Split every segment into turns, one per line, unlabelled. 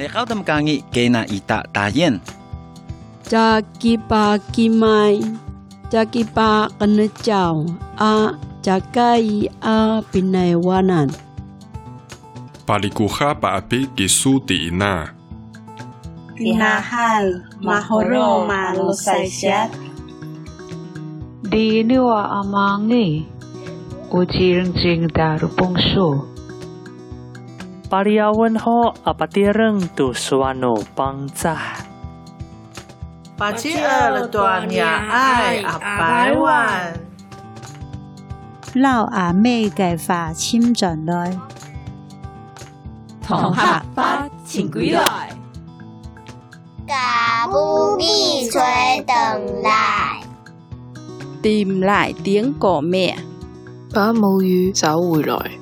Lekau tem kangi kena ita tayen.
Jaki pa kimai, jaki pa kenecau, a jakai a pinaiwanan.
Palikuha paapi kisu tiina.
Tinahal, mahoro malusaysat,
Di niwa amangi ujiring jing daru pungsu.
Pariawan ho apatireng tu suano pangcah.
Pachi er tuan ya ai a bai wan，
老阿妹嘅化纖進來，
同客不前幾來，
cả bu bi chơi tầng lại
tìm lại tiếng của mẹ.
把母語找回來。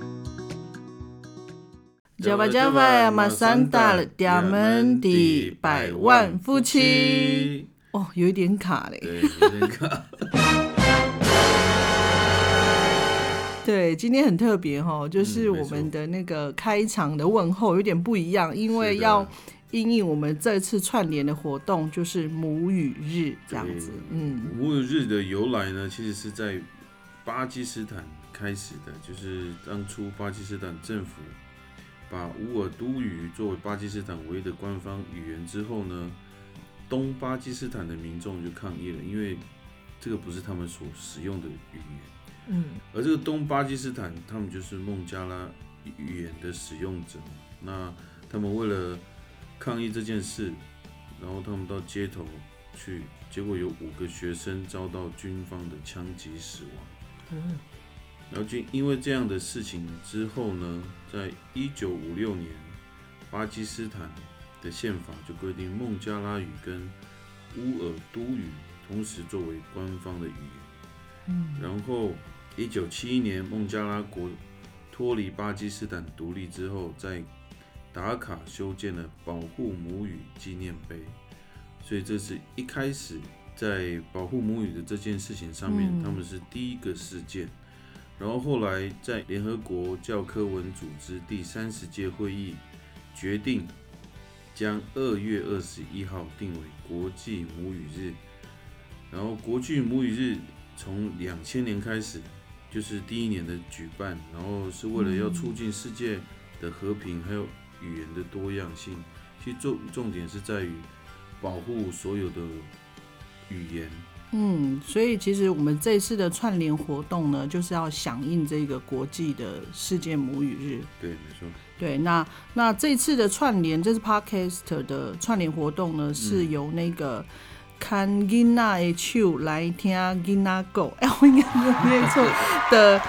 Java Java Masanta dia m 的百万夫妻。哦，有一点卡嘞。
对，有点卡。
对，今天很特别哈，就是我们的那个开场的问候有点不一样，因为
是的
要因应我们这次串联的活动，就是母语日这样子。嗯，
母语日的由来呢，其实是在巴基斯坦开始的，就是当初巴基斯坦政府把乌尔都语作为巴基斯坦唯一的官方语言之后呢，东巴基斯坦的民众就抗议了，因为这个不是他们所使用的语言。
嗯，
而这个东巴基斯坦，他们就是孟加拉语言的使用者嘛。那他们为了抗议这件事，然后他们到街头去，结果有五个学生遭到军方的枪击死亡。然后就因为这样的事情之后呢，在一九五六年，巴基斯坦的宪法就规定孟加拉语跟乌尔都语同时作为官方的语言。然后，一九七一年孟加拉国脱离巴基斯坦独立之后，在达卡修建了保护母语纪念碑，所以这是一开始在保护母语的这件事情上面，
嗯
他们是第一个事件。然后后来在联合国教科文组织第三十届会议决定，将二月二十一号定为国际母语日。然后国际母语日从两千年开始，就是第一年的举办，然后是为了要促进世界的和平，还有语言的多样性。其实重重点是在于保护所有的语言。
嗯，所以其实我们这次的串联活动呢，就是要响应这个国际的世界母语日。
对，没错。
对，那那这次的串联，这是 Podcast 的串联活动呢，是由那个看囡仔的手来听囡仔狗，哎，我应该没有念错的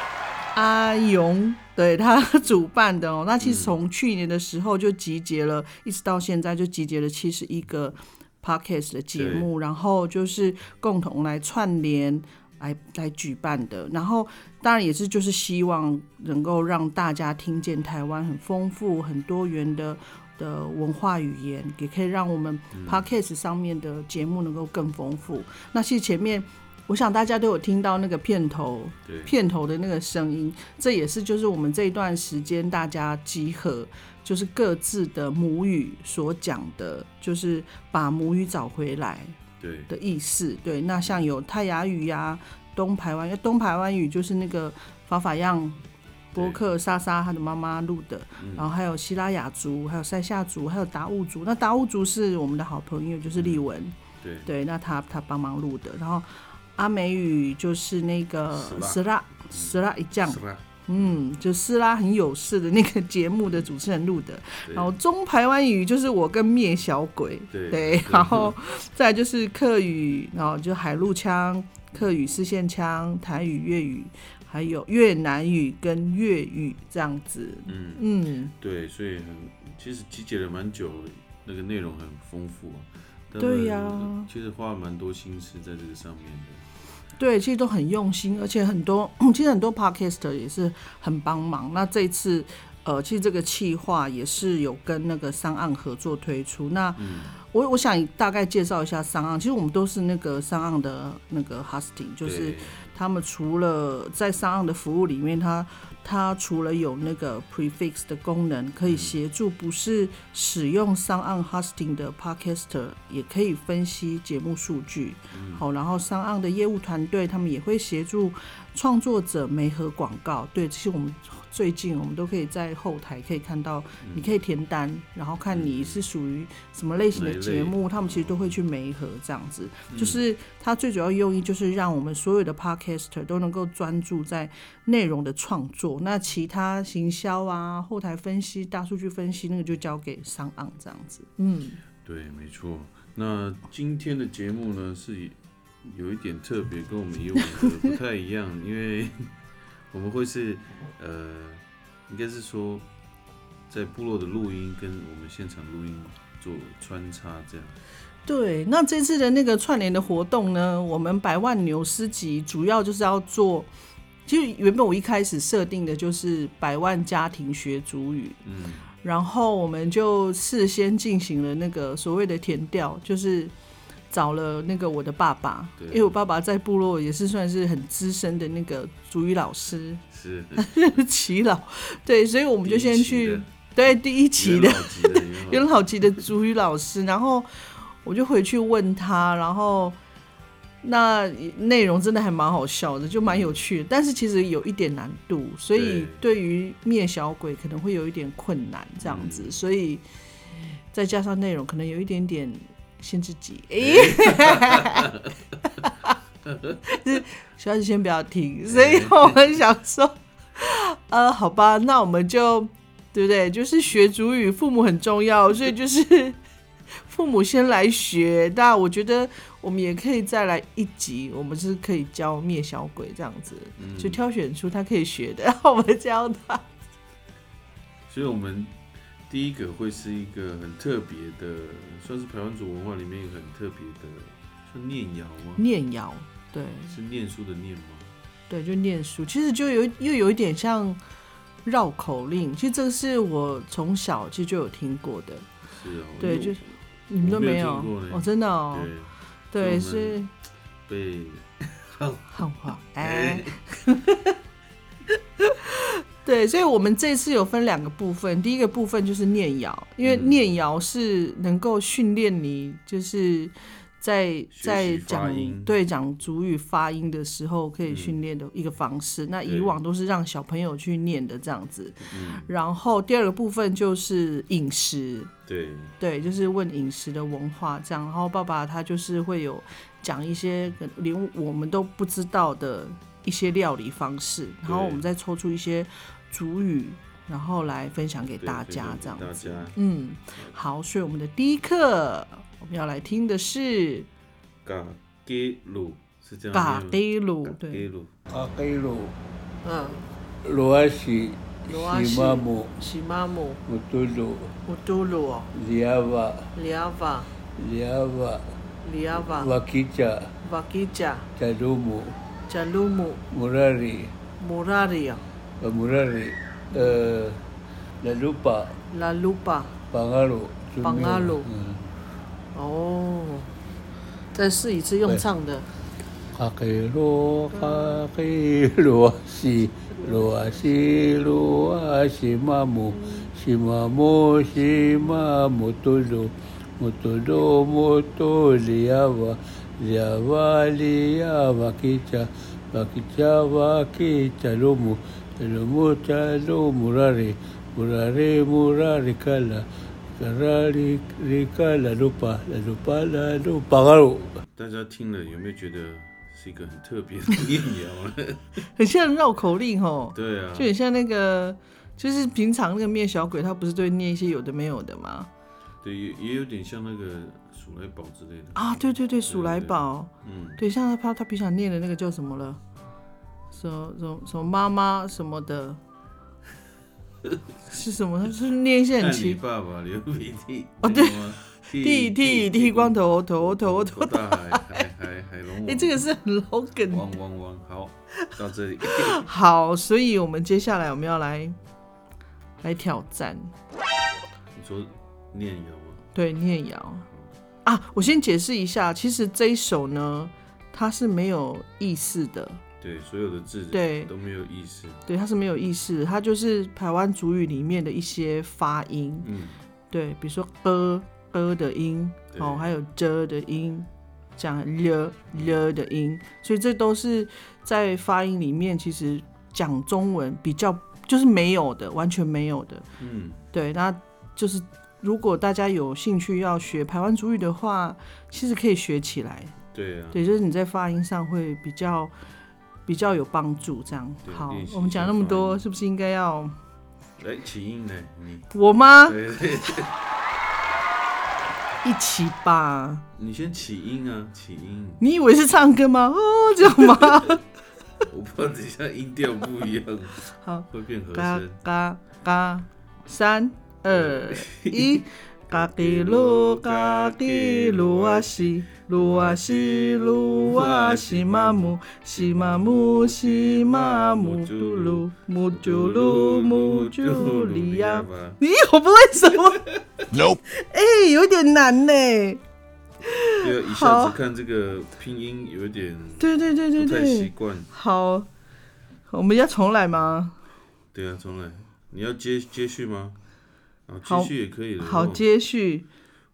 阿勇。对他主办的哦，那其实从去年的时候就集结了，一直到现在就集结了七十一个 podcast 的节目，然后就是共同来串联，来来举办的。然后当然也是就是希望能够让大家听见台湾很丰富、很多元的的文化语言，也可以让我们 podcast 上面的节目能够更丰富。那其实前面。我想大家都有听到那个片头，
对，
片头的那个声音，这也是就是我们这一段时间大家集合，就是各自的母语所讲的，就是把母语找回来
对，
的意思。对，那像有泰雅语呀、东排湾，东排湾语就是那个法法样博客莎莎她的妈妈录的，然后还有希拉雅族，还有塞夏族，还有达悟族。那达悟族是我们的好朋友，就是立文。
对，
对，那他他帮忙录的。然后阿美语就是那个斯
斯
拉斯拉一酱
是，吧？
嗯，就斯拉很有事的那个节目的主持人录的。
对
然后中台湾语就是我跟灭小鬼，
对
对， 然后再来就是客语，然后就海陆腔、客语四线腔、台语、粤语，还有越南语跟粤语这样子。
嗯
嗯，
对，所以很其实集结了蛮久，那个内容很丰富啊。他们
对呀
其实花了蛮多心思在这个上面的。
对，其实 都很用心，而且很多，其实很多 podcaster 也是很帮忙。那这一次呃，其实这个企划也是有跟那个商岸合作推出。那我我想大概介绍一下商岸，其实我们都是那个商岸的那个 hosting，就是他们除了在商岸的服务里面，它它除了有那个 prefix 的功能，可以协助不是使用商岸 hosting 的 podcaster，也可以分析节目数据。好，然后商岸的业务团队他们也会协助创作者媒合广告。对，其实我们。最近我们都可以在后台可以看到，你可以填单，然后看你是属于什么类型的节目，他们其实都会去媒合这样子。就是它最主要用意就是让我们所有的 podcaster 都能够专注在内容的创作，那其他行销啊、后台分析、大数据分析那个就交给商岸这样子。
嗯，对，没错。那今天的节目呢是有一点特别，跟我们以往的不太一样， 因为。我们会是，呃，应该是说，在部落的录音跟我们现场录音做穿插这样。
对，那这次的那个串联的活动呢，我们百万牛诗集主要就是要做，其实原本我一开始设定的就是百万家庭学主语，嗯，然后我们就事先进行了那个所谓的填调，就是。找了那个我的爸爸，因为我爸爸在部落也是算是很资深的那个主语老师，
是
耆老，对，所以我们就先去对第一期的
元
老级的主语老师，然后我就回去问他，然后那内容真的还蛮好笑的，就蛮有趣的，但是其实有一点难度，所以对于灭小鬼可能会有一点困难这样子，嗯、所以再加上内容可能有一点点。限制级， 就是小孩子先不要听，所以我们想说，呃，好吧，那我们就对不对？就是学主语，父母很重 要，所以就是父母先来学。那我觉得我们也可以再来一集，我们是可以教灭小鬼这样子，
嗯
就挑选出他可以学的，然 后我们教他。
所以我们。第一个会是一个很特别的，算是台湾族文化里面一个很特别的，是念谣吗？
念谣，对，
是念书的念吗？
对，就念书，其实就有又有一点像绕口令，其实这个是我从小其实就有听过的，
是哦，
对，就是你们都
没
有哦，真的哦，对，是
被
汉化哎。 对，所以我们这次有分两个部分，第一个部分就是念谣，因为念谣是能够训练你，就是在在讲对讲主语发音的时候可以训练的一个方式。嗯、那以往都是让小朋友去念的这样子。嗯、然后第二个部分就是饮食，
对
对，就是问饮食的文化这样。然后爸爸他就是会有讲一些连我们都不知道的。一些料理方式，然后我们再抽出一些主语，然后来分享给大家，这样子。嗯，好，所以我们的第一课我们要来听的是
嘎给鲁，是这样
嘎给鲁，
对，嘎给鲁，
嘎给鲁，
嗯，
罗阿西，
罗阿西
马姆，
西马姆，
乌杜鲁，
乌杜鲁，
里阿瓦，
里阿瓦，
里阿瓦，
里阿瓦，
瓦基加，
瓦基加，
加鲁姆。
Jalumu.
Murari.
Muraria.
Uh, Murari. Uh, La Lupa.
La Lupa.
Pangalo.
Pangalo.
Hmm.
哦，再试一次用唱的。
卡给罗卡给罗西罗西罗西玛木西玛木西玛木多罗木多罗木多里亚瓦。Javalia vakicha vakicha vakicha lumu lumu chalu murari murari murari kala karari rika la lupa la lupa la lupa garu。
大家听了有没有觉得是一个很特别的念谣呢？
很像绕口令哦。
对啊，
就很像那个，就是平常那个灭小鬼，他不是都会念一些有的没有的吗？
对，也也有点像那个。鼠来宝之类的
啊，对对对，鼠来宝，嗯，对，像他他他平常念的那个叫什么了？什么什么什么妈妈什么 的，是什么？他是念一些很奇。
爸爸流鼻涕。
哦，对，剃剃剃光头，头头头。
大海海海海龙。
哎，这个是很老梗。
汪汪汪，好，到这里。
好，所以我们接下来我们要来来挑战。
你说念谣吗？
对，念谣啊！我先解释一下，其实这一首呢，它是没有意思的。
对，所有的字
对
都没有意思。
对，它是没有意思，它就是台湾主语里面的一些发音。
嗯，
对，比如说呃呃的音，哦，还有遮的音，这样了了的音，所以这都是在发音里面，其实讲中文比较就是没有的，完全没有的。
嗯，
对，那就是如果大家有兴趣要学台湾主语的话，其实可以学起来。
对啊，
对，就是你在发音上会比较比较有帮助。这样
对
好
练习一，下
我们讲那么
发
多，
音
是不是应该要
来起音来，你
我吗？
对对，对
一起吧？
你先起音啊，起音。
你以为是唱歌吗？哦，这样吗？
我怕等一下音调不一样，
好，
会变和
嘎
声。
嘎嘎，三二一，嘎吉噜嘎吉噜啊西，噜啊西噜啊西嘛木，西嘛木西嘛木嘟噜，木啾 噜木啾里呀。你我不会什么？
Nope。
哎、有点难呢、
对啊，一下子看这个拼音有一点
对对对对
不太习
对，
惯。
好，我们要重来吗？
对啊，重来。你要接接续吗？啊，
好
接续也可以的。
好，
哦。
接续，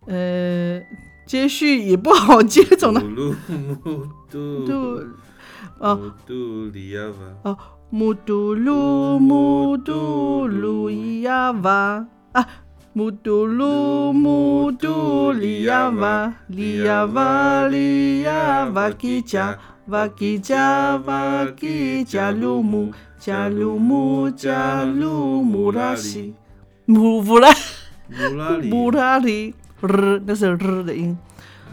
呃，接续也不好接，总的
嘟 噜木嘟
嘟
哦，嘟里亚吧。
哦，木嘟噜木嘟噜咿呀哇啊，木嘟噜木嘟里呀哇里呀哇里呀哇吉加哇吉加哇吉加鲁木加鲁木加鲁木拉西木木拉
穆拉里，
木拉里，日那是日的音。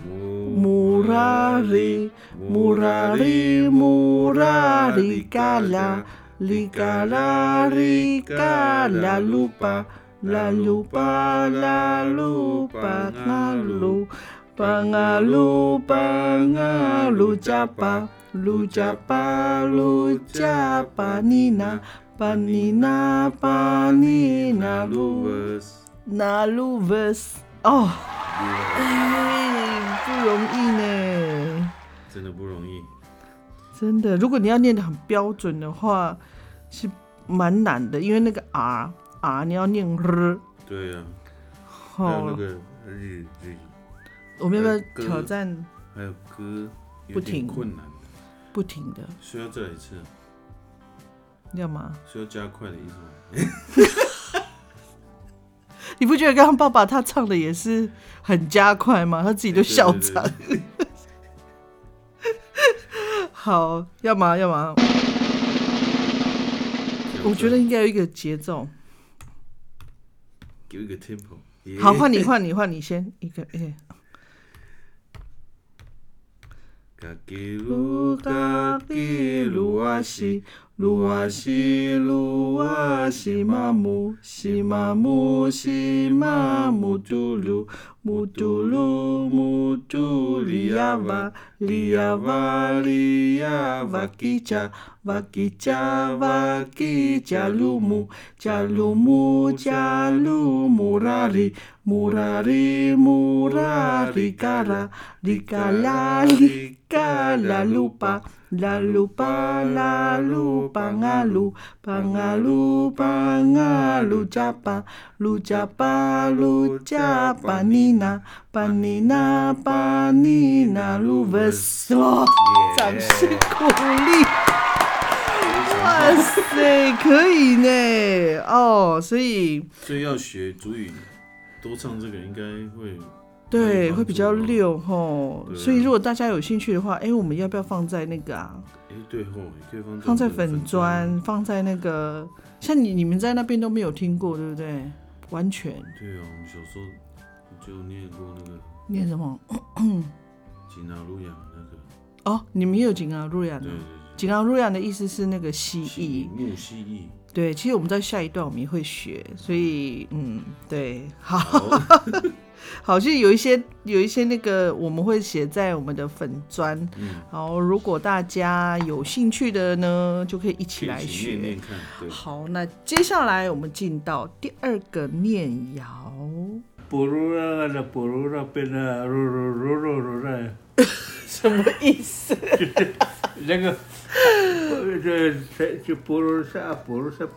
木拉里，木拉里，木拉里嘎啦，里嘎啦，里嘎啦鲁巴，啦鲁巴，啦鲁巴啊鲁，巴啊鲁，巴啊鲁加巴，鲁加巴，鲁加巴尼娜，巴尼娜，巴尼娜鲁。拿路 vs 哦，哎，不容易呢，
真的不容易。
真的。如果你要念的很标准的话，是蛮难的，因为那个 r r 你要念 r。
对呀、啊，还有那
好，
个日日，
我们要不
还有歌
要挑战
还有歌有
不
点
停
困难，
不停的？
需要再来一次，
要吗？
需要加快的意思吗？
你不觉得刚刚爸爸他唱的也是很加快吗？他自己就笑场。
对对对对
好，要吗？要吗？我觉得应该有一个节奏。
有一个 tempo。耶
好，换你，。换你，换你先一个，哎、
嘎吉鲁嘎吉鲁啊西，
鲁啊西鲁啊西玛木西玛木西玛木嘟噜木嘟噜木嘟里呀哇里呀哇里呀哇吉加哇吉加哇吉加鲁木加鲁木加鲁木拉里木拉里木拉里嘎啦里嘎啦里嘎啦鲁巴。Lalu palalu pangalu pangalu pangalu japa lu japa lu japa nina panina panina lu beso，掌声鼓励。哇塞，可以呢哦，所以
所以要学主语，多唱这个应该会
对
帮助
会比较
吧
溜吼。
对啊
所以如果大家有兴趣的话，哎，我们要不要放在那个啊？
哎，对吼，也可以放
放在
这个
粉砖，放在那个，像你你们在那边都没有听过，对不对？完全
对啊，我们小时候就念过那个
念什么？
吉纳路亚那个，
哦，你们也有紧阿路亚呢
对对。
紧阿路亚的意思是那个蜥
蜥蜴
蜴，
木蜥蜴，
对，其实我们在下一段我们也会学，所以嗯，对，好， 好，其实有一些有一些那个我们会写在我们的粉砖，
嗯
然后如果大家有兴趣的呢，就可以一起来
可以一起
学。
念念看对
好，那接下来我们进到第二个念谣，
Purura la purura pena ruru ruru rura，
什么意 思？
那个这这这 purura purura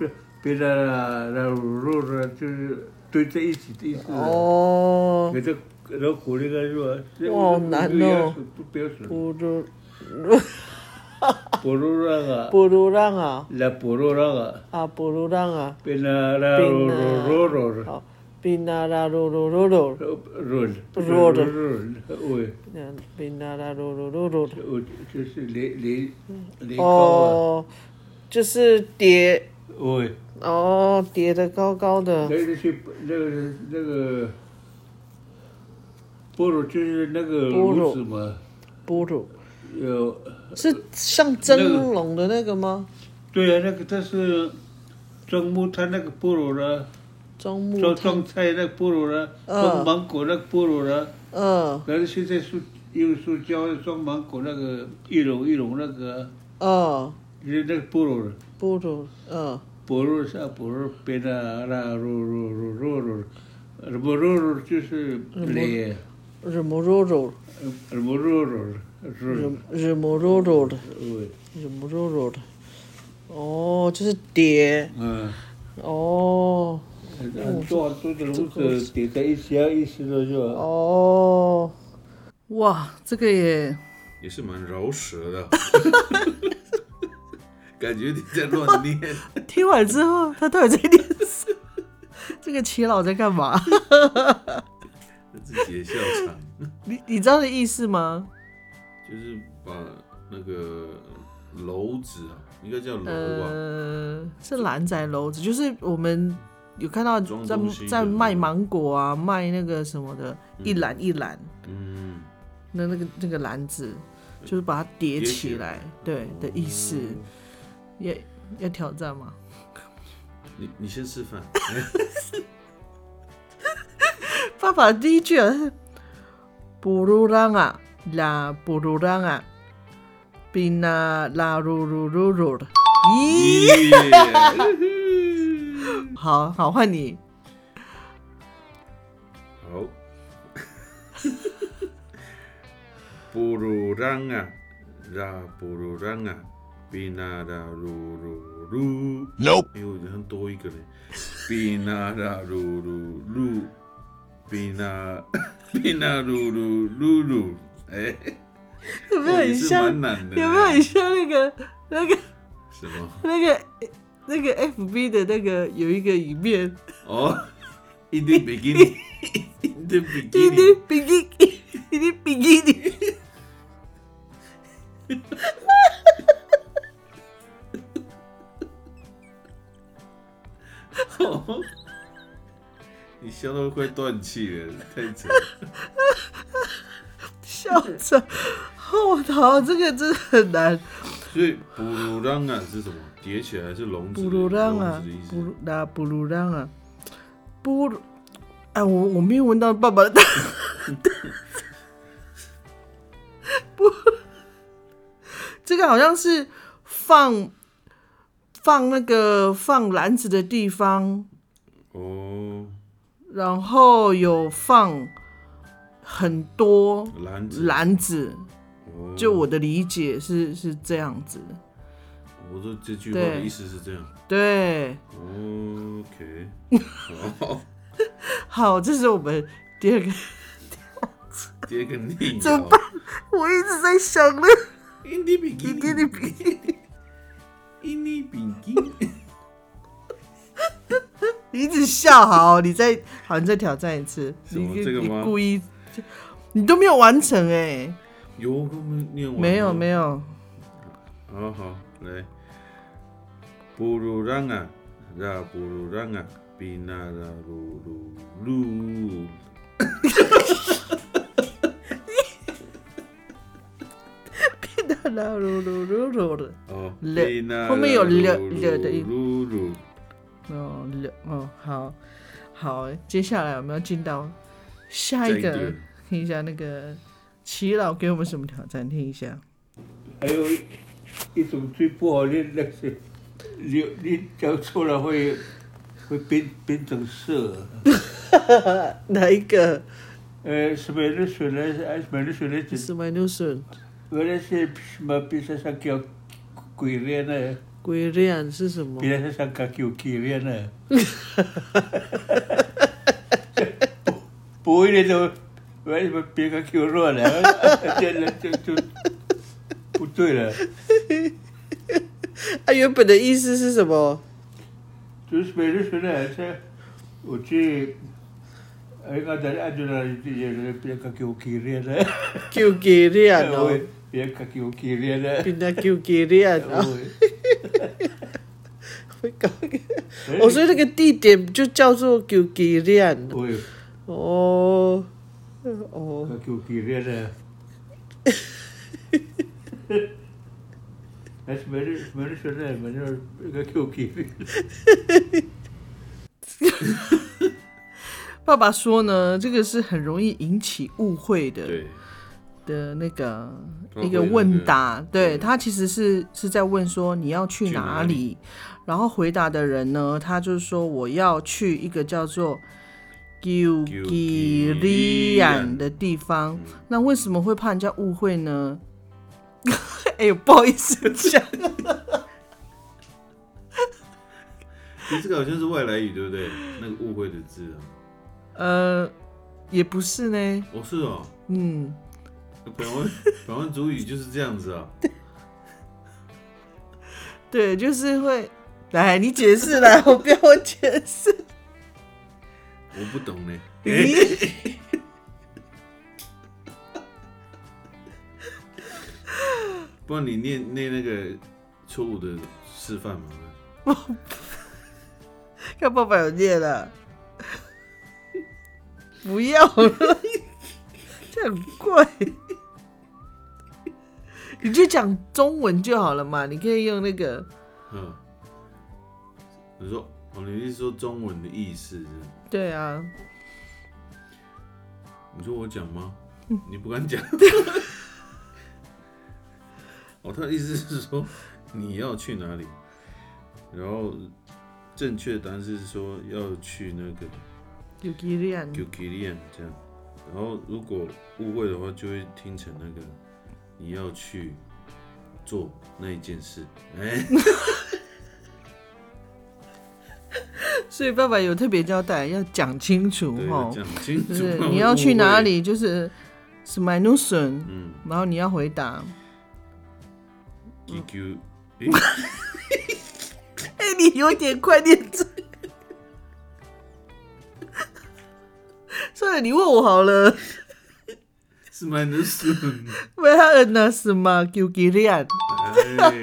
pena la ruru 就是堆在一起的意思。
哦
给这然后鼓励他说，这
哇好难哦，
不不要死，
不如
purura 啊
不如让啊
，la purura 啊
啊不如让啊，
，pena la ruru ruru
比那拉噜噜噜噜，
ruru
Ruru
ruru，喂。
比那拉噜噜噜噜。
我就是雷雷雷高啊，
哦，就是叠
喂，
哦，叠的高高
那
的。
个是那个那个菠萝就是那个
菠萝
炉子嘛，
哺乳
有呃
是像蒸笼的那个吗？
对啊，那个它是装木炭那个菠萝啦，
蒸木
装
炭
装菜那个菠萝啦，
嗯
装芒果那个菠萝啦，
嗯
然后现在塑用塑胶装芒果那个一笼一笼那个啊，
嗯，
就是那个菠萝了。
哺乳嗯，
博若下博若边的那若若若若若，什么若若就是雷，
日摩肉肉，
什么若若
日
是，
日摩肉肉的，
对，
日摩肉肉的。哦，就是叠
嗯，
哦
做做的炉子叠在一起啊，一起的就啊，
哦，哇，这个也
也是蛮饶舌的，感觉你在乱念。
听完之后，他到底在念什么？这个齐老在干嘛？
自己的笑场，
你你知道的意思吗？
就是把那个篓子啊，应该叫篓吧，
呃，是蓝仔篓子，就是我们有看到
装
在
东西的
在卖芒果啊，卖那个什么的，一篮一篮，
嗯，
那那个那个篮子，就是把它叠起来，对的意
嗯
思。
哦
要要挑战吗？
你你先示范，
爸爸第一句好啊像是布鲁朗啊，啦布鲁朗啊，比那啦噜噜噜噜的，咦，好好换你，
好，不如让啊，让不如让啊，比那拉鲁鲁鲁，no，因为我好像多一个哎人，比那拉鲁鲁鲁，比 那比那鲁鲁鲁鲁，哎，
有没有很像？
哦也是蛮难的呢
有没有很像那个那个
什么？
那个那个 FB 的那个有一个影片，
哦，一定比基尼，一定比基
一
尼，
滴比基尼，一滴比基尼，
你笑到快断气了，太扯了。
笑着，我操，这个真的很难。
所以布鲁浪啊是什么？叠起来是笼子的，
布鲁浪啊
笼子的意，思
布鲁那布鲁浪啊，布鲁，哎，我我没有闻到爸爸的，不，这个好像是放放那个放篮子的地方，
哦，
然后有放很多
篮子，
篮子，
哦
就我的理解是是这样子的，
我说这句话的意思是这样。哦
对。
OK，好，哦
好，这是我们第二个。
第二个念
怎
谣
么，办我一直在想呢，
印尼比基
一点点比
尼，印尼比基尼，
你一直笑，好，你再好，你再挑战一次，
什
你
么这个
你
吗
故意，你都没有完成哎、
有我没念完，
没有没有，
好好来，布鲁让啊，拉布鲁让啊，比那拉鲁鲁鲁，
啦啦噜噜噜噜的，
哦，
了
比那
后面有
拉
了
鲁
了的音
鲁鲁鲁，
哦，了哦，好，好，哎接下来我们要进到下一
再一
个
个，
听一下那个齐老给我们什么挑战，听一下。
还有一一种最不好的那是，你你讲错了会会变变成色。
哪一个？
呃，什么的水呢？哎，什么的水呢？只什
么的水？
我那是什么？比赛上叫鬼脸呢？
鬼脸是什么
比赛上叫鬼脸呢？不会的都，为什么别个叫弱呢？这这就就不对了。
他、啊原本的意思是什么？
就是每次回来是，我去，哎，我在安全那里也是别个叫起来的，
叫起来 哦，
别个叫起来的，
变得叫起来 哦。哦，所以那个地点就叫做叫起来。
对，
哦，哦，
叫起来 的。哎，每日每日回来，每日别个叫起来。
爸爸说呢，这个是很容易引起误会的。
对。
的那个
哦
一个问答，对他其实是是在问说你要去哪
去哪
里，然后回答的人呢，他就是说我要去一个叫做 g u g i l i a n 的地
嗯
方。那为什么会怕人家误会呢？ 哎呦，不好意思讲，
你这个好像是外来语，对不对？那个误会的字啊，
呃，也不是呢，
哦是哦，
嗯，
台湾台湾主语就是这样子啊，
对，就是会，来你解释 啦，我不要我解释。
我不懂呢。
咦
不然你念念那个错误的示范嘛？
看爸爸有念了，不要了，这很怪。你就讲中文就好了嘛，你可以用那个
嗯，你说哦，你是说中文的意思是不是？
对啊，
你说我讲吗？你不敢讲。 哦，他的意思是说你要去哪里，然后正确答案是说要去那个
有吉利安
g u k i l i a n 这样。然后如果误会的话，就会听成那个你要去做那一件事。哎、
所以爸爸有特别交代，要讲清楚
对
哦，
讲清楚
就是
不然
你
会
要去
误会
哪里，就是 s m i n u s o n
嗯
然后你要回答。
g q
哎、你有点快点这个。 算了，你问我好了。
是蛮能损。
为他恩呢是吗？q g i l i a n
哎，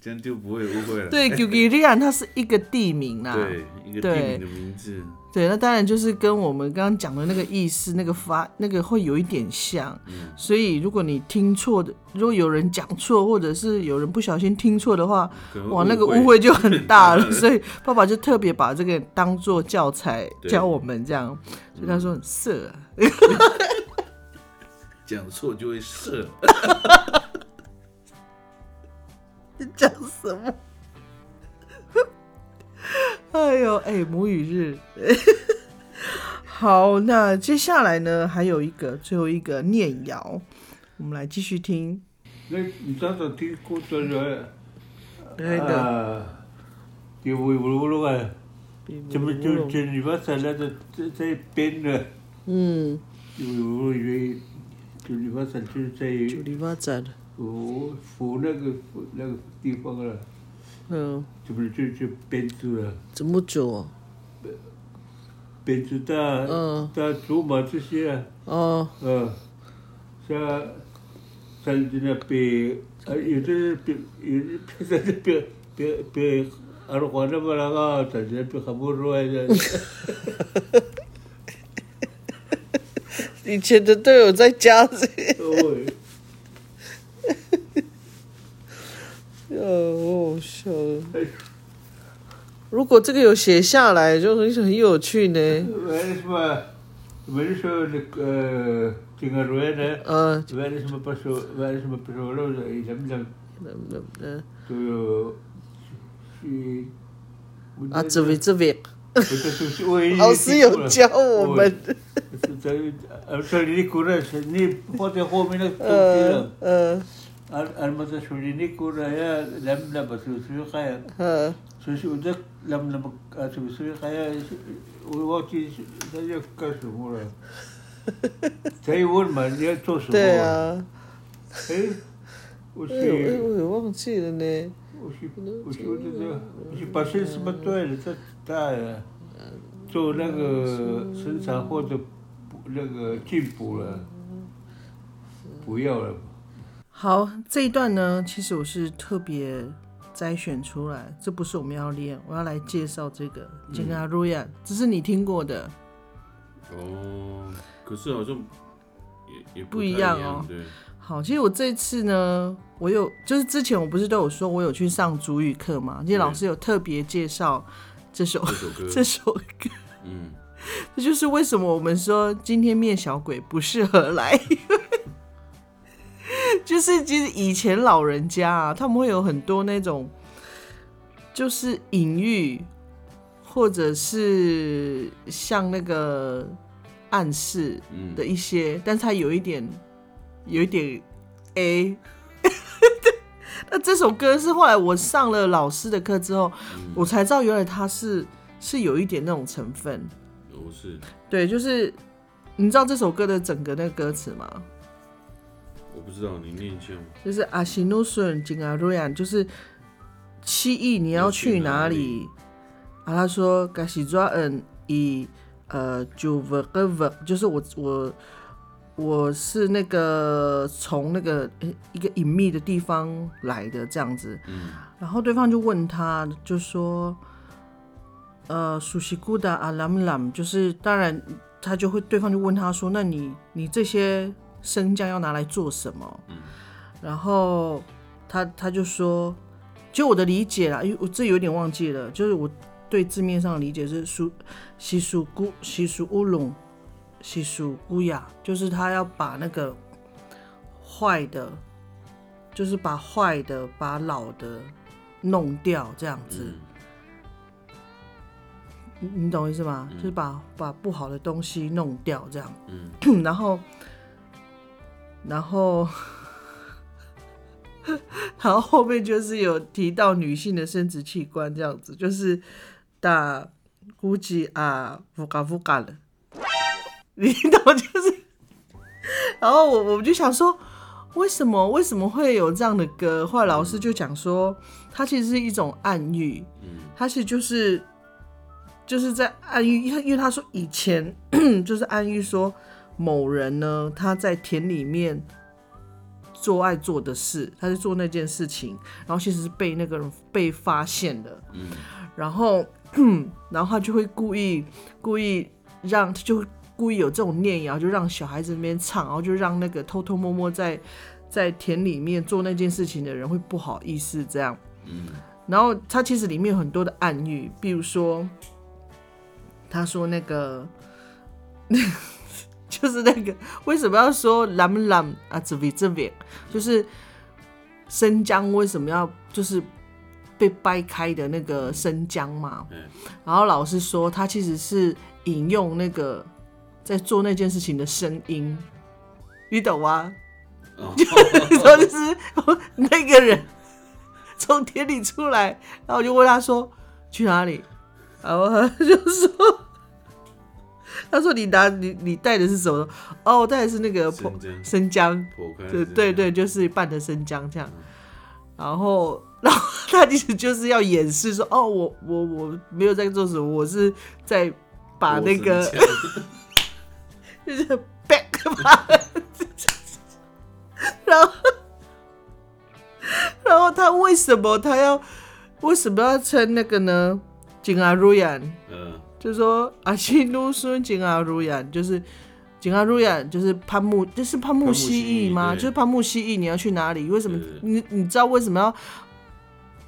这样就不会误会了。
对 q g i l i a n 它是一个地名啦。
对，一个地名的名字。
对，那当然就是跟我们刚刚讲的那个意思、那个发、那个会有一点像。所以如果你听错的，如果有人讲错，或者是有人不小心听错的话
可能，
哇，
误
那个
会
误会 就很大
很大
了。
了
所以爸爸就特别把这个当做教材
对
教我们这样。所以
嗯
他说很色啊、
讲错就会射。
你讲什么？ 哎呦，哎、母语日。好，那接下来呢，还有一个，最后一个念谣，我们来继续听。
那你早早听过的人，
对的
ah,
啊，有微不录啊，怎么就就你把咱那个在在编的，
嗯，
有有有，就你把咱就在
九里八展，
扶扶那个扶那个地方了，
嗯，
怎么就就编出了，
怎么啊走？
编出大
嗯
大竹马这些啊，
哦，
呃，像咱这那边，啊，有的别有的别在这边别别，阿拉华那边那个，咱这边还不如来的。
以前的都有在家这些。
对，
哎哦，我好笑了。
如果这个有写下来，就很很有趣呢。
为什么？为什么这个这个罗呢？
呃
嗯，
为什么不说？为什么不说了？
e
怎么怎么？
呃
嗯嗯
啊
就去
啊，这位这位，
老
师有教我们。
这里的古人是你放在后面的东西
呃
了。
嗯。
俺俺们在手里那古人呀，
eh,
咱们那不是水海呀。
呃
嗯。
所以我在咱们那不啊，这个水海呀，
eh,
我忘记他要干什么了。他一问嘛，你要做什么？
对啊。
哎，
eh,
我
哎呦，我也忘记了呢。
我去，我去，我这我去把身什么对了，这大呀，做那个生产或者那个进补了，不要了。
好，这一段呢，其实我是特别摘选出来，这不是我们要练，我要来介绍这个金阿路亚，这是你听过的，
哦，可是好像也也
不一
一样
样哦
对，
好，其实我这次呢，我有就是之前我不是都有说我有去上主语课嘛，因为老师有特别介绍这首
这首歌
这首歌，
嗯，
这就是为什么我们说今天灭小鬼不适合来， 因为就是其实以前老人家啊，他们会有很多那种就是隐喻，或者是像那个暗示
嗯
的一些，但是它有一点有一点 A。那这首歌是后来我上了老师的课之后，
嗯
我才知道原来它是是有一点那种成分。
我是
对，就是你知道这首歌的整个那个歌词吗？
我不知道你念一下吗？
就是阿西努顺金阿瑞安，就是七亿你要去哪里？啊，他说嘎西抓恩以呃九五个五，就是我我我是那个从那个诶一个隐秘的地方来的这样子。
嗯，
然后对方就问他，就说，呃，熟悉古达阿兰兰，就是当然他就会对方就问他说，那你你这些升降要拿来做什么？
嗯，
然后他他就说，就我的理解啦，因为我这有点忘记了，就是我对字面上的理解是属习俗古习俗乌龙习俗古雅，就是他要把那个坏的，就是把坏的把老的弄掉这样子。你你懂我意思吗？就是把把不好的东西弄掉，这样。嗯，然后，然后，然后后面就是有提到女性的生殖器官，这样子，就是打估计啊，福嘎福嘎了， 你懂就是。然后我我们就想说，为什么为什么会有这样的歌？后来老师就讲说，它其实是一种暗喻，它其实就是就是在暗喻，因为因为他说以前 就是暗喻说某人呢，他在田里面做爱做的事，他在做那件事情，然后其实是被那个人被发现的，
嗯，
然后 然后他就会故意故意让就故意有这种念谣，就让小孩子那边唱，然后就让那个偷偷摸摸在在田里面做那件事情的人会不好意思这样。
嗯，
然后它其实里面有很多的暗喻，比如说，他说那个， 就是那个为什么要说 lam lam 啊这边这边，就是生姜为什么要就是被掰开的那个生姜嘛？然后老师说他其实是引用那个在做那件事情的声音，你懂吗？ 哦 然后就是那个人从田里出来，然后我就问他说去哪里，然后他就说， 他说你拿你你带的是什么？哦，我带的是那个
生姜
生姜
剖开，的
对
生
对对，就是拌的生姜这样。然后，然后他其实就是要掩饰说，哦，我我我没有在做什么，我是在把那个
剥生
就是 back 吧，然后。然后他为什么他要为什么要称那个呢？景阿如然，
嗯，
就说阿西努孙景阿如然，就是景阿如然，就是潘木，就是潘木蜥蜴吗？
潘木蜥蜴对
就是潘木蜥蜴，你要去哪里？为什么你你知道为什么要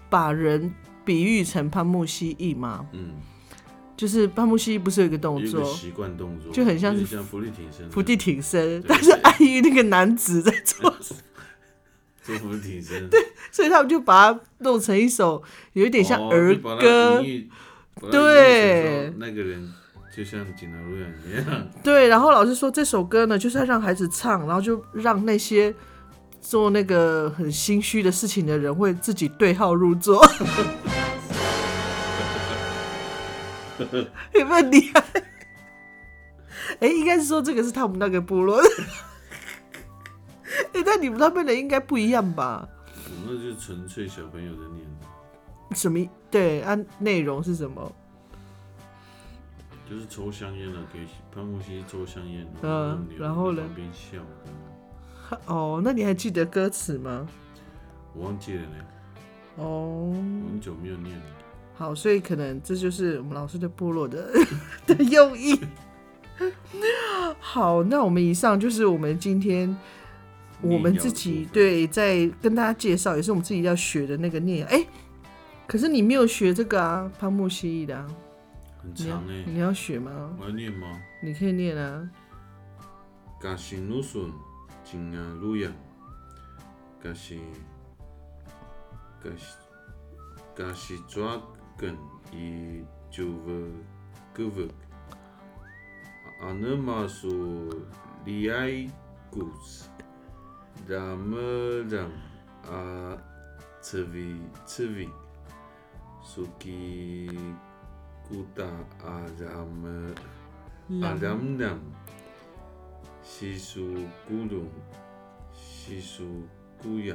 把人比喻成潘木蜥蜴嘛，
嗯，
就是潘木蜥蜴不是有一个动
一
作
个，习惯动作，
就很像
有
是
点像伏地挺身，啊
伏地挺身，
对
但是碍于那个男子在做，
做伏地挺身，对，
所以他们就把它弄成一首有一点像
哦
儿歌，对
那个人就像景南路远一样，
对，然后老师说这首歌呢，就是要让孩子唱，然后就让那些做那个很心虚的事情的人会自己对号入座， 有没有很厉害？哎、应该是说这个是他们那个部落的。哎、但你们那边的应该不一样吧？
我那就是纯粹小朋友的念头，
什么？对，按、内容是什么？
就是抽香烟了，给潘木西抽香烟，
嗯然后呢
呢，旁边笑，
哦，那你还记得歌词吗？
我忘记了呢，
哦，
我很久没有念了。
好，所以可能这就是我们老师对部落的 的用意。好，那我们以上就是我们今天我们自己对在跟大家介绍，也是我们自己要学的那个念。哎、可是你没有学这个啊，潘木蜥蜴的、啊，
很
你要
长哎、
你要学吗？
我要念吗？
你可以念啊。
噶是努顺，真啊路呀，噶是噶是噶是抓根伊就不个不，阿那嘛说里爱古斯，那么让啊刺猬刺猬，苏基古达阿让么阿让让。西苏古鲁，西苏古雅，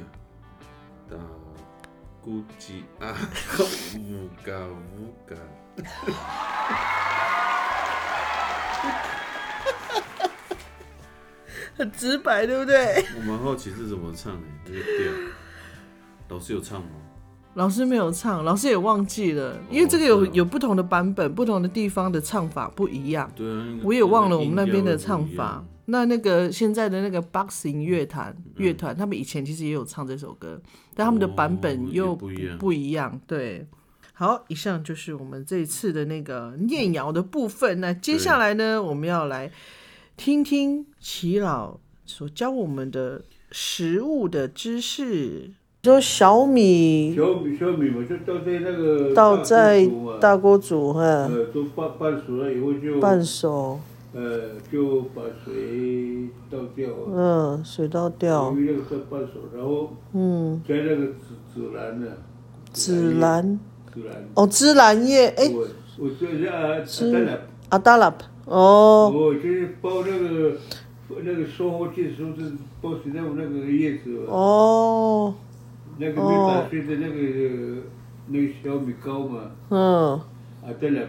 达古吉啊，乌嘎乌嘎，
很直白，对不对？
我蛮好奇是怎么唱的、这个调。老师有唱吗？
老师没有唱，老师也忘记了，因为这个有有不同的版本，不同的地方的唱法不一样。
对啊，那个
我也忘了我们那边的唱
音调
法
会。
那那个现在的那个 boxing 乐团
嗯
乐团，他们以前其实也有唱这首歌，但他们的版本又
哦也不一样
不一样。对，好，以上就是我们这一次的那个念谣的部分。那接下来呢，我们要来听听齐老所教我们的食物的知识。说小米
小米小米嘛，就倒在那个
倒在
锅嘛
大锅煮啊哈，
嗯
呃，都拌拌熟了以后就
半熟，
呃，就把水倒掉，
嗯，水倒掉
由，于那个是半熟，然后
嗯，
加那个紫紫兰的，
紫兰，
紫兰，
哦，芝兰叶，哎，
我我就是啊，
芝
当然，
阿达拉，哦，
我就是包那个那个收获季的时候是包水那那个叶子，
哦，
那个没打碎的那个那个小米糕嘛，
嗯，
啊，再来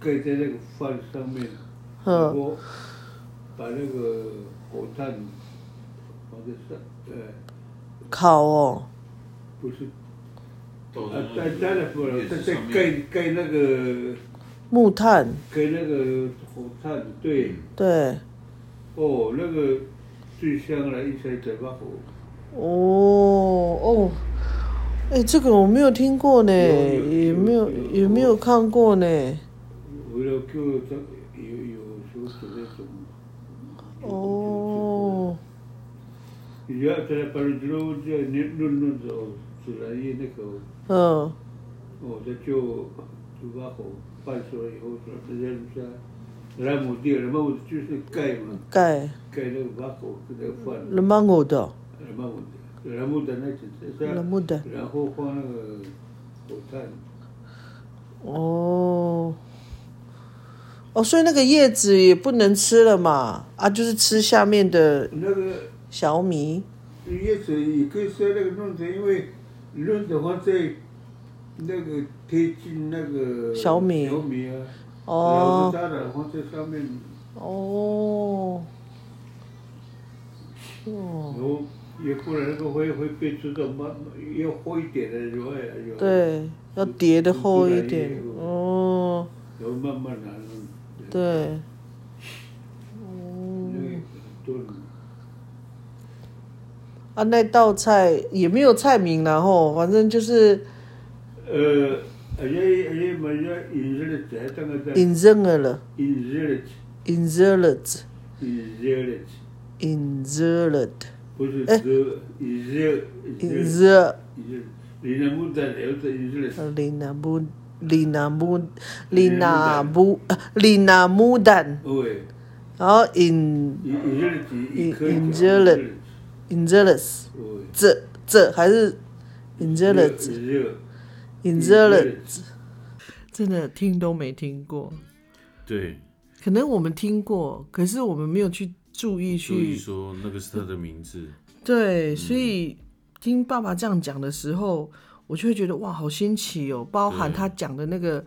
盖在那个饭上面，
嗯
然后把那个火炭放在上，呃，
烤哦，
不是，
倒在
啊，
那
再
个
再来不了，
叶
再
子
再
上面
盖盖那个
木炭，
盖那个火炭，
嗯
对，
对，
哦，那个最香了，一才嘴巴火，
哦哦，哎，这个我没有听过呢，
有有
也没有
有
也没有看过呢，
为了给我这有有时候煮那种。
哦，
Ja, det är bara droger, nunnor och sådär i det. Och
嗯，
det tog tobak och palsor i håret. Det där så här. Ramo det, ramo det tusen kajma.
盖
Kajma vak och det är fan.
了芒果的，
Ramo det. Ramo det nätet.
了木的，
Ramo fan och tan.
哦。哦，所以那个叶子也不能吃了嘛，啊，就是吃下面的
Det var
小米。
叶子也可以在那个弄成，因为弄的话在那个贴近那个
小米
小米啊，
哦
然后它的话在上面，
哦，
然
哦，
后也不然那个会会变出的慢，要厚一点的有哎有，
对，要叠的厚一点。哦，
然后慢慢拿，
对，
那个很多人
啊，那道菜也没有菜名，然后反正就是
呃，阿爷阿爷么叫 insert 还当个
insert 了
，insert
insert
insert
insert
不是 the insert
insert
里那木的了是 insert，
里那木里那木里那木里那木蛋，
对，
然后 in
insert
insert insert 这这还是 insert insert
真的听都没听过，
对，
可能我们听过，可是我们没有去注意
所以
去
说那个是他的名字，
对，所以听爸爸这样讲的时候，我就会觉得哇，好新奇哦！包含
对
他讲的那个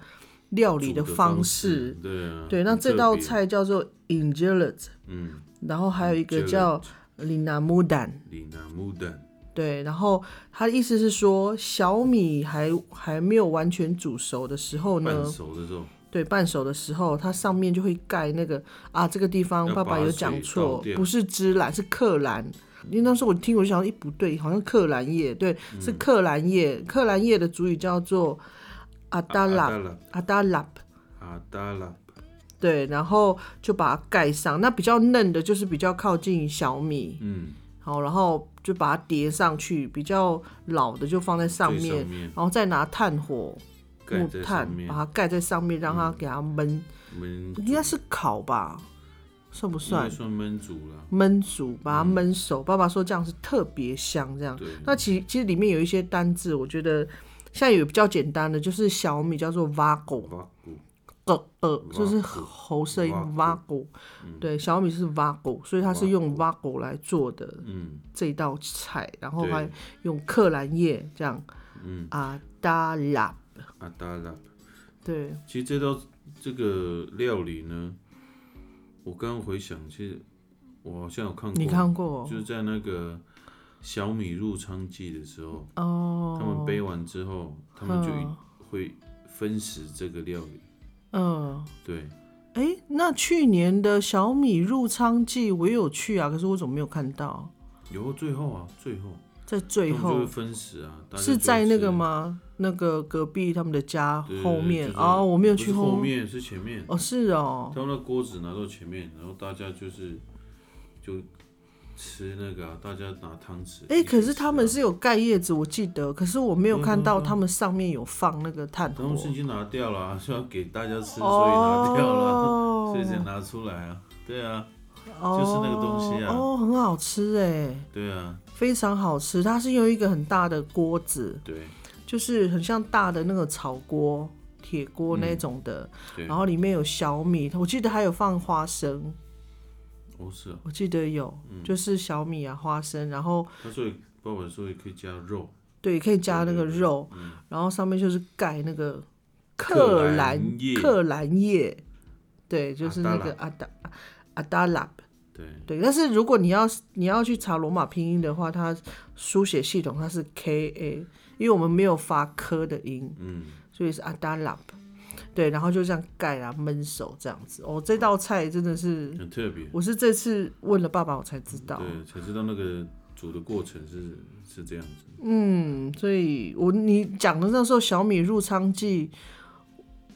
料理
煮的
方
方
式，
对啊，
对，那
很
这
特
道
别，
菜叫做 injelet，
嗯，
然后还有一个叫 lina mudan，
里那木蛋，
对，然后他的意思是说，小米还还没有完全煮熟的时候
半
呢，
熟的时候，
对，半熟的时候，它上面就会盖那个啊，这个地方
要
爸爸
把
有
水
讲
倒
错，
掉
不是芝兰，是克兰。因为那时候我听我就想，哎，不对，好像克兰叶，对，是
嗯
克兰叶。克兰叶的主语叫做阿达
阿达
拉
拉，
阿达拉，
阿达拉，
对，然后就把它盖上。那比较嫩的，就是比较靠近小米，
嗯，
好，然后就把它叠上去。比较老的就放在上
最
面，
上面
然后再拿炭火
盖
木
在
炭
上面嗯
把它盖在上面，让它给它焖。
焖
应该是烤吧，算不
应该
算？
算焖煮了，
焖熟，把它焖熟。爸爸说这样是特别香，这样
对。
那其其实里面有一些单字，我觉得现在有比较简单的，就是小米叫做 vago，
八骨，
呃呃，
vago，
就是喉舌音
vago
vago，对，
嗯
小米是 vago，所以它是用 vago 来做的
嗯
这道菜，然后
对
还用克兰叶这样
嗯，
啊达拉，
阿达拉。
对，
其实这道这个料理呢，我刚刚回想，其实我好像有看过，
你看过哦
就是在那个小米入仓记的时候，
哦
他们背完之后，他们就一
嗯
会分食这个料理。
嗯。
对，
哎，那去年的小米入仓季我也有去啊，可是我怎么没有看到？
有最后啊，最后
在最
他们就
后
会分食啊，大家
是
就会
在那个
吃？
吗？那个隔壁他们的家
对对
后
对
面
就是
哦，我没有
不
去
是后
面
面是前面
哦，是哦，
他们的锅子拿到前面，然后大家就是就吃那个、啊，大家拿汤匙。
哎，
一
可
起
是
吃
他
啊
们是有盖叶子，我记得，可是我没有
对
看
对
到
对
他们上面有放那个炭
他
火
们。是已经拿掉了、啊，是要给大家吃，所以
哦
拿掉了，所以才拿出来啊。对啊，就是那个东西啊
哦，哦很好吃哎，
对啊，
非常好吃。它是用一个很大的锅子，
对
就是很像大的那个炒锅、铁锅那种的，
嗯对。
然后里面有小米，我记得还有放花生，
哦是啊，
我记得有，就是小米啊花生，然后
他说爸爸说也可以加肉，
对，可以加那个肉，然后上面就是盖那个克兰
克兰叶
克兰叶，对，就是那个阿达阿达拉。
对
对，但是如果你要你要去查罗马拼音的话，它书写系统它是 K A，因为我们没有发科的音，
嗯，
所以是阿达拉。对，然后就这样盖啊，焖熟这样子。哦，这道菜真的是
很特别，
我是这次问了爸爸，我才知道。
对，才知道那个煮的过程是是这样子。
嗯，所以我你讲的那时候小米入仓记，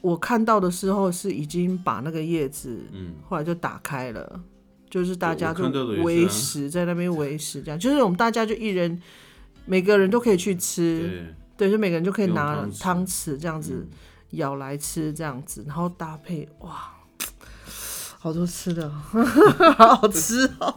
我看到的时候是已经把那个叶子，
嗯，
后来就打开了，就是大家
对
就
我看到的也是啊
喂食、在那边喂食，这样就是我们大家就一人，每个人都可以去吃，
对，
对，就每个人就可以
用
拿
汤匙
汤匙这样子
嗯
舀来吃，这样子，然后搭配哇，好多吃的，哦 好好吃哦。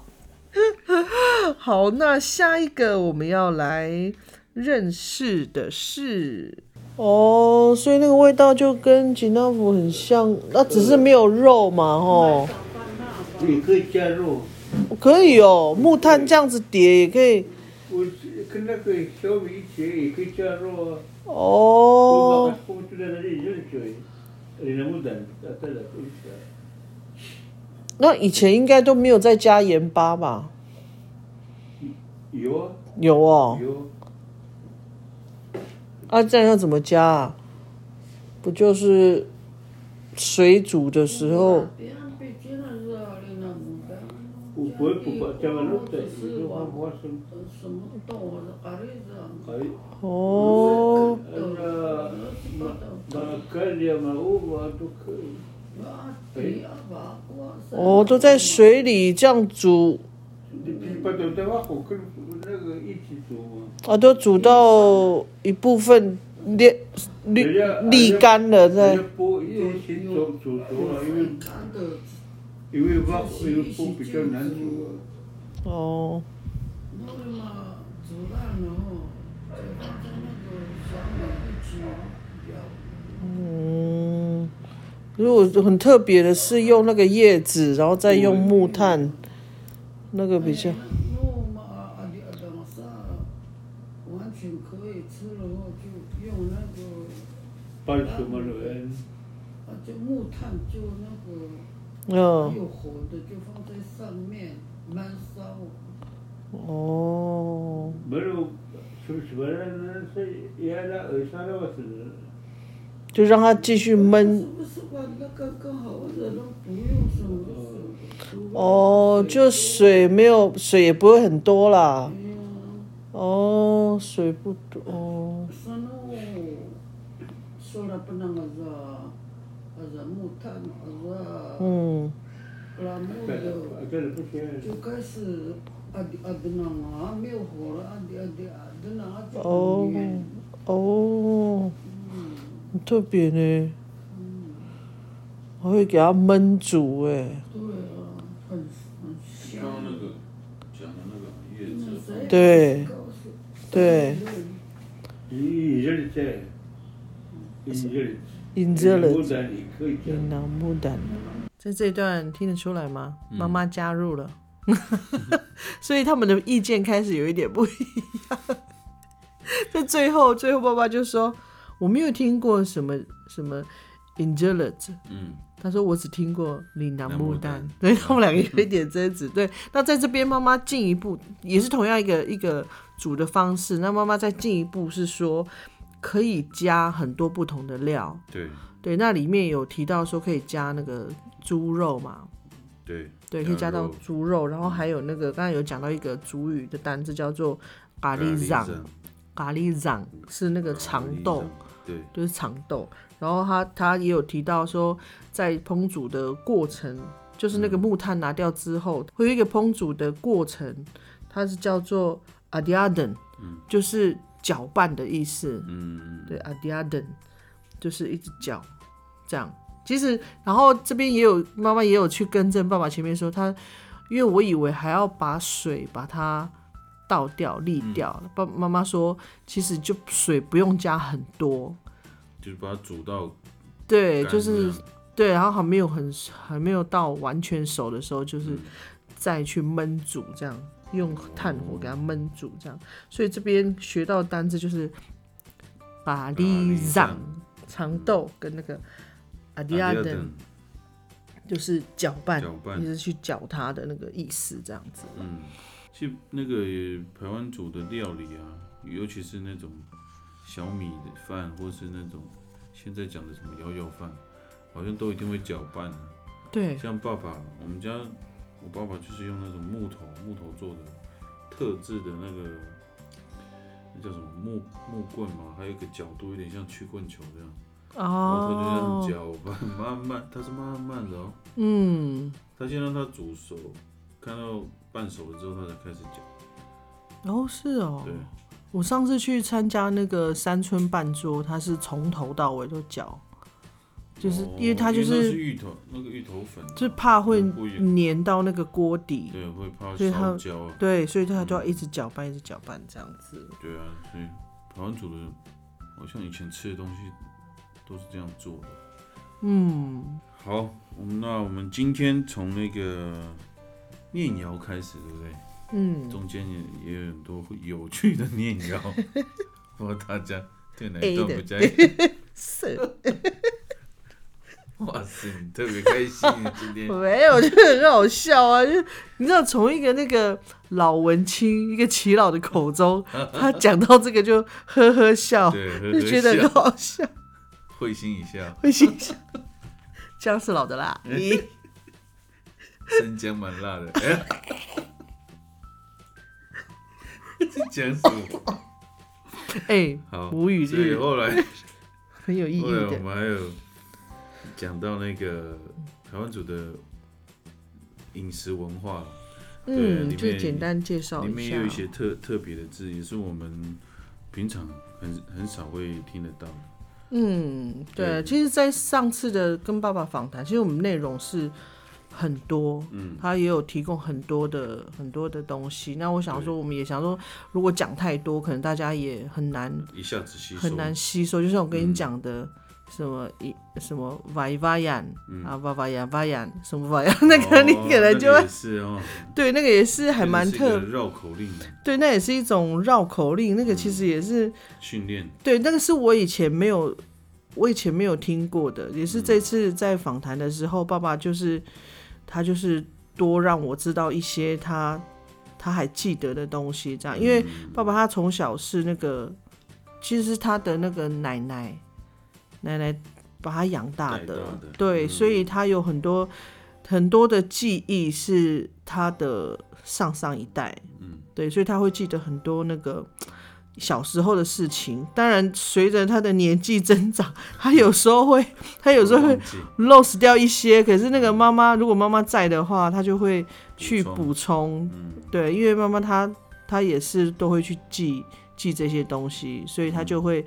好，那下一个我们要来认识的是，
哦，所以那个味道就跟吉纳福很像，那、只是没有肉嘛，哦，
你可以加入，
可以哦，木炭这样子叠也可以，
我跟那个小米一起也可以加入啊。
哦，
我就在那里热水，你能不能再再来一下？
那以前应该都没有再加盐巴吧？
有啊，
有哦，
有。
啊，这样要怎么加啊？不就是
嗯
水煮的时候？
我不会不管，讲完了对，
是我什么到我的儿子。
哦。那那那里嘛，我都可以。
哦，都在水里这样煮。
啊，
都煮到一部分沥
哎
沥沥干了，再。
因为挖因为锅比较难煮。哦。
嗯，如果很特别的是用那个叶子，然后再用木炭，那个比较。
拌什么人？
啊，就木炭就那个。
嗯。
有火的就放在上面慢烧。
哦。
没有，就是本来是原来二三那个是。
就让它继续焖。哦，就水没有水也不会很多啦。哦，水不多。哦。
嗯。
哦哦，很特别呢。我会给它焖煮哎、欸。对，对。
你这里在，你这里。
引着了，引狼木胆。
在这一段听得出来吗？妈妈加入了， 所以他们的意见开始有一点不一样。在最后，最后爸爸就说：“我没有听过什么什么 i n g e l e t 嗯，他说我只听过岭南牡丹。对他们两个有一点争执。对，那在这边妈妈进一步也是同样一个一个煮的方式。那妈妈再进一步是说。可以加很多不同的料，
对
对，那里面有提到说可以加那个猪肉嘛，
对
对，可以加到猪肉，然后还有那个刚才有讲到一个主语的单字叫做咖喱掌，咖喱掌是那个长豆，
对，
就是长豆。然后他他也有提到说，在烹煮的过程，就是那个木炭拿掉之后，嗯、会有一个烹煮的过程，它是叫做 adiaden，嗯，就是。搅拌的意思，嗯，对，adiaden 就是一直搅，这样。其实，然后这边也有妈妈也有去更正爸爸前面说他，因为我以为还要把水把它倒掉沥掉，嗯、爸妈妈说其实就水不用加很多，
就是把它煮到，
对，就是对，然后还没有很还没有到完全熟的时候，就是再去焖煮这样。用炭火给它焖煮，这样，所以这边学到单字就是巴利藏长豆跟那个阿迪亚登，就是搅拌，也是去搅它的那个意思，这样子。
嗯，其实那个台湾煮的料理啊，尤其是那种小米饭，或是那种现在讲的什么摇摇饭，好像都一定会搅拌。
对，
像爸爸，我们家。我爸爸就是用那种木头木头做的特制的那个，那叫什么木木棍嘛，还有一个角度有点像曲棍球这样，哦、然后他就这样搅拌，慢慢，它是慢慢的哦，
嗯，
他先让它煮熟，看到半熟了之后，他才开始搅。
哦，是哦，
对，
我上次去参加那个山村半桌，他是从头到尾都搅。就是因为它就是
芋头那个芋头粉，
就怕会粘到那个锅底，
对，会怕烧焦。
对，所以它就要一直搅拌，一直搅拌这样子。
对啊，所以台湾煮的，好像以前吃的东西都是这样做的。
嗯，
好，那我们今天从那个面窑开始，对不对？
嗯，
中间也也有很多有趣的面 窑，不知道大家对哪一段不在
是。
哇塞，你特别开心今天
没有，我觉得很好笑啊！就你知道，从一个那个老文青、一个耆老的口 中，他讲到这个就呵呵笑，就觉得很好 笑。
会心一笑，
会心一笑，僵尸老的啦！咦，
生姜蛮辣的。 哎，这讲什么？
哎，
好，
无语
所以
日
后来，
很 有意义
后来我
的
们还有讲到那个台湾组的饮食文化，对
嗯
里
就
面
简单介绍一
里面也有一
下
些特特别的字，也是我们平常很很少会听得到的。
嗯，对，
对
其实，在上次的跟爸爸访谈，其实我们内容是很多，
嗯
他也有提供很多的很多的东西。那我想说，我们也想说，如果讲太多，可能大家也很难
一下子吸收嗯
很难吸收。就像我跟你讲的。什么一什么 vai vai yan、啊 vai vai yan vai yan 什么 vai yan 那个你可能就
哦那
会、
个也是哦，
对那个也是 还蛮
这个
特
是一个绕口令
对，那也是一种绕口令，那个其实也是、
训练。
对，那个是我以前没有，我以前没有听过的，也是这次在访谈的时候，爸爸就是他就是多让我知道一些他他还记得的东西，这样，因为爸爸他从小是那个，其实是他的那个奶奶奶奶把他养大的，嗯对，所以他有很多很多的记忆是他的上上一代，
嗯，
对，所以他会记得很多那个。小时候的事情，当然随着他的年纪增长，他有时候会，他有时候会 lose 掉一些。可是那个妈妈，如果妈妈在的话，他就会去补充。
嗯
对，因为妈妈她她也是都会去记记这些东西，所以她
嗯
就会、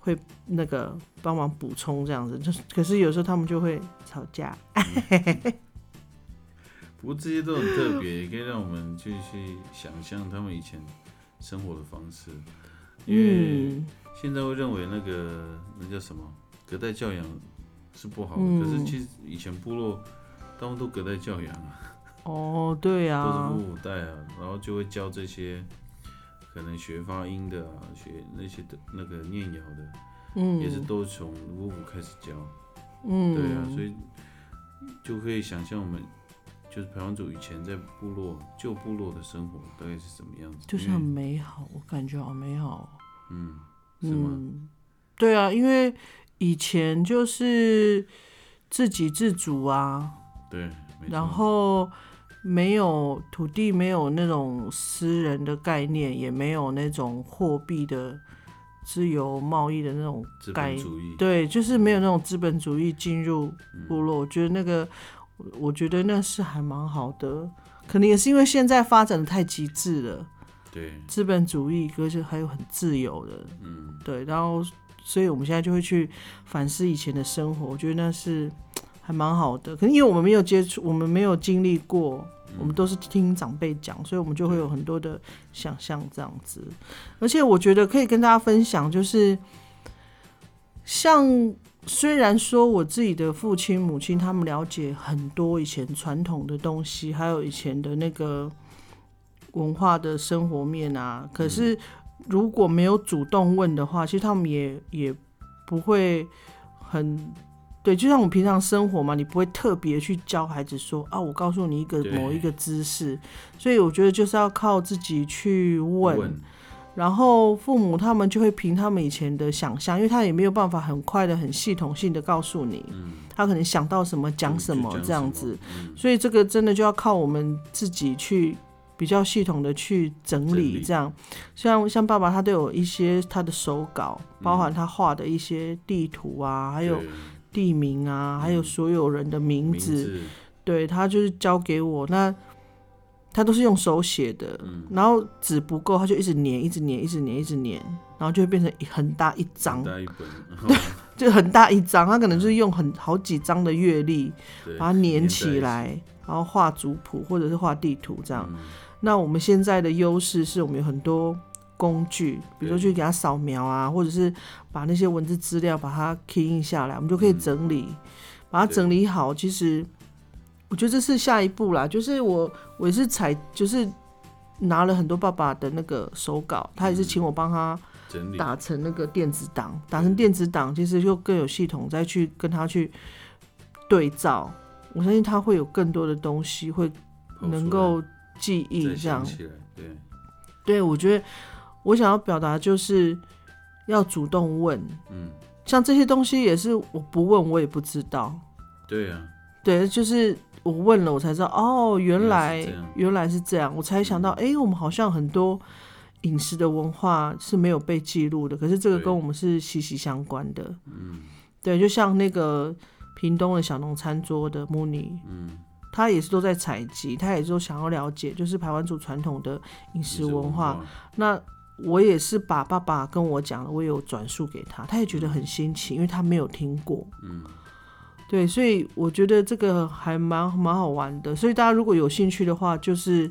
会那个帮忙补充这样子。就是可是有时候他们就会吵架。
不过这些都很特别，也可以让我们去去想象他们以前生活的方式，因为
嗯
现在会认为那个那叫什么隔代教养是不好的，
嗯
可是其实以前部落他们都隔代教养啊，
哦，对
都是
啊，
父母带啊，然后就会教这些可能学发音的啊，学那些的那个念谣的，
嗯
也是都从五五开始教，
嗯
对啊，所以就可以想象我们就是排湾族以前在部落旧部落的生活大概是什么样子，
就是
因为
很美好，我感觉好美好哦。
嗯，是吗？
嗯，对啊，因为以前就是自给自足啊，
对，没
然
错，
后没有土地，没有那种私人的概念，也没有那种货币的自由贸易的那种
资
概
本主义
对，就是没有那种资本主义进入部落。
嗯
我觉得那个，我我觉得那是还蛮好的，可能也是因为现在发展的太极致了。
对，
资本主义，而且还有很自由的，
嗯，
对，然后所以我们现在就会去反思以前的生活，我觉得那是还蛮好的。可能因为我们没有接触，我们没有经历过，我们都是听长辈讲，所以我们就会有很多的想象这样子。而且我觉得可以跟大家分享，就是像。虽然说我自己的父亲、母亲他们了解很多以前传统的东西，还有以前的那个文化的生活面啊，可是如果没有主动问的话，其实他们也也不会很对。就像我们平常生活嘛，你不会特别去教孩子说啊，我告诉你一个
对
某一个知识，所以我觉得就是要靠自己去问。
问
然后父母他们就会凭他们以前的想象，因为他也没有办法很快的、很系统性的告诉你，他可能想到什么讲什么
就讲
这样
什么嗯
子，所以这个真的就要靠我们自己去比较系统的去整
整
理，
理
这样像像爸爸他都有一些他的手稿，包含他画的一些地图啊，还有
对嗯
地名啊，还有所有人的名
名
字，对他就是交给我，那他都是用手写的，
嗯
然后纸不够，他就一直粘，一直粘，一直粘，一直粘，然后就会变成一很大一张
很，大 嗯一本，哦然后
就很大一张，他可能就是用很好几张的阅历
对
把它粘起来，然后画族谱或者是画地图这
嗯
样。那我们现在的优势是我们有很多工具，比如说去给他扫描啊，或者是把那些文字资料把它 key in 下来，我们就可以整理，把它整理好。其实我觉得这是下一步啦，就是我我也是采就是。拿了很多爸爸的那个手稿，他也是请我帮他
整理
打成那个电子档，打成电子档，其实就更有系统再去跟他去对照。我相信他会有更多的东西会
跑出来
能够记忆，
再
这
想
样。
起来，对，
对，我觉得我想要表达就是要主动问，
嗯，
像这些东西也是我不问我也不知道。
对啊，
对，就是我问了，我才知道哦，原来原来是这样，我才想到，哎、我们好像很多饮食的文化是没有被记录的，可是这个跟我们是息息相关的。
嗯
对，就像那个屏东的小农餐桌的穆尼，
嗯，
他也是都在采集，他也都想要了解，就是排湾族传统的饮食文化。那我也是把爸爸跟我讲的，我也有转述给他，他也觉得很新奇，因为他没有听过。
嗯，
对，所以我觉得这个还蛮蛮好玩的。所以大家如果有兴趣的话，就是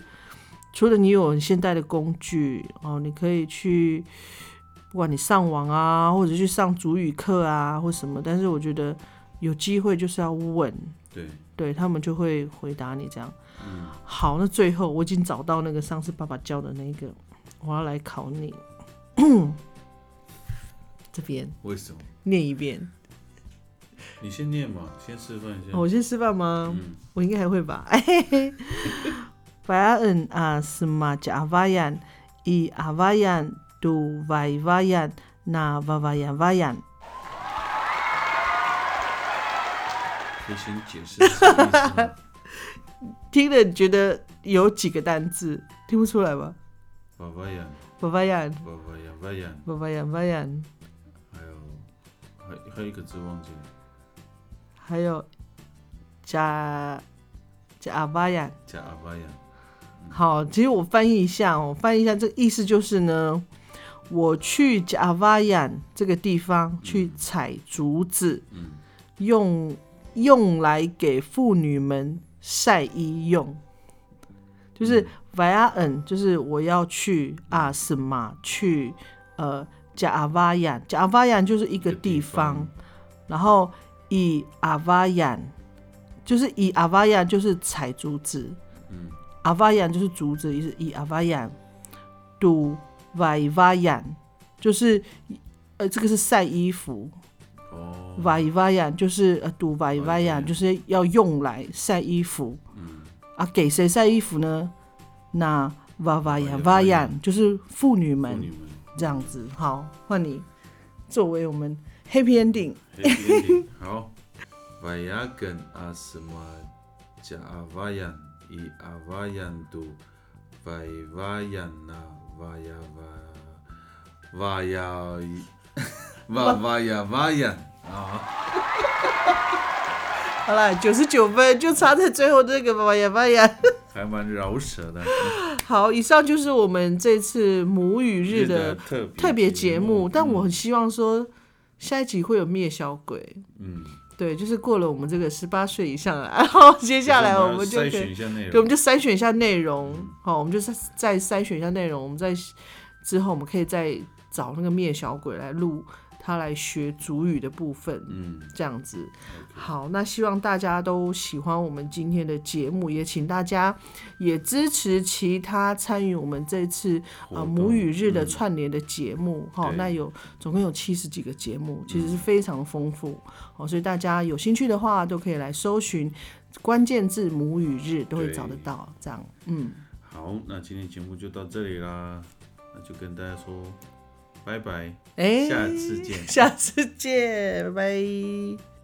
除了你有很现代的工具哦，你可以去，不管你上网啊，或者去上主语课啊，或什么，但是我觉得有机会就是要问，
对，
对他们就会回答你这样。
嗯，
好，那最后我已经找到那个上次爸爸教的那个，我要来考你。 这边
为什么？
念一遍，
你先念嘛，先示范一下。
哦我先示范吗？
嗯
我应该还会吧。Bayan a semaja avayan i avayan du 啊 vai vayan na vavayan vayan。
可以先解释什么意思吗
听了你觉得有几个单字听不出来吗
爸爸呀，
？Vavayan
爸爸呀，爸呀，
vavayan vayan，
还有还还有一个字忘记了，
还有啊 ja ja avayan。
加阿爸呀。
好，其实我翻译一下哦，翻译一下，这个意思就是呢，我去贾瓦亚这个地方去采竹子，
嗯
用用来给妇女们晒衣用，就是瓦亚恩，就是我要去啊什么去呃贾瓦亚，贾瓦亚就是一个地方，然后以阿瓦亚就是以阿瓦亚就是采竹子，
嗯，
阿瓦扬就是竹子，也是以阿瓦扬，杜瓦瓦扬就是呃，这个是晒衣服，
哦，
瓦瓦扬就是呃，杜瓦瓦扬就是要用来晒衣服
嗯，
啊，给谁晒衣服呢？那瓦瓦扬瓦扬就是妇女
妇
们
女们
这样子。好，换你作为我们 Happy Ending，
Happy ending，好。Vayagan asma javayan i avayan tu vayvayan na vaya vaya vaya vaya vayan 啊，
好啦，九十九分就差在最后这个瓦扬瓦扬。
还蛮饶舌的。
好，以上就是我们这次母语日的
特别
特别节目，但我很希望说下一集会有灭小鬼，
嗯，
对，就是过了我们这个十八岁以上了，然后接下来
我
我们就可
筛选一
以，
下内容，
对，我们就筛选一下内容，好，我们就再再筛选一下内容，我们再之后我们可以再找那个灭小鬼来录他来学主语的部分，
嗯，
这样子。好，那希望大家都喜欢我们今天的节目，也请大家也支持其他参与我们这次啊、呃、
活动
母语日的
嗯
串联的节目哈、
对嗯
那有总共有七十几个节目，其实是非常丰富哦，所以大家有兴趣的话都可以来搜寻关键字“母语日”，都会
对
找得到。这样，嗯，
好，那今天节目就到这里啦，那就跟大家说拜拜，
哎
下次见，
下次见，拜拜。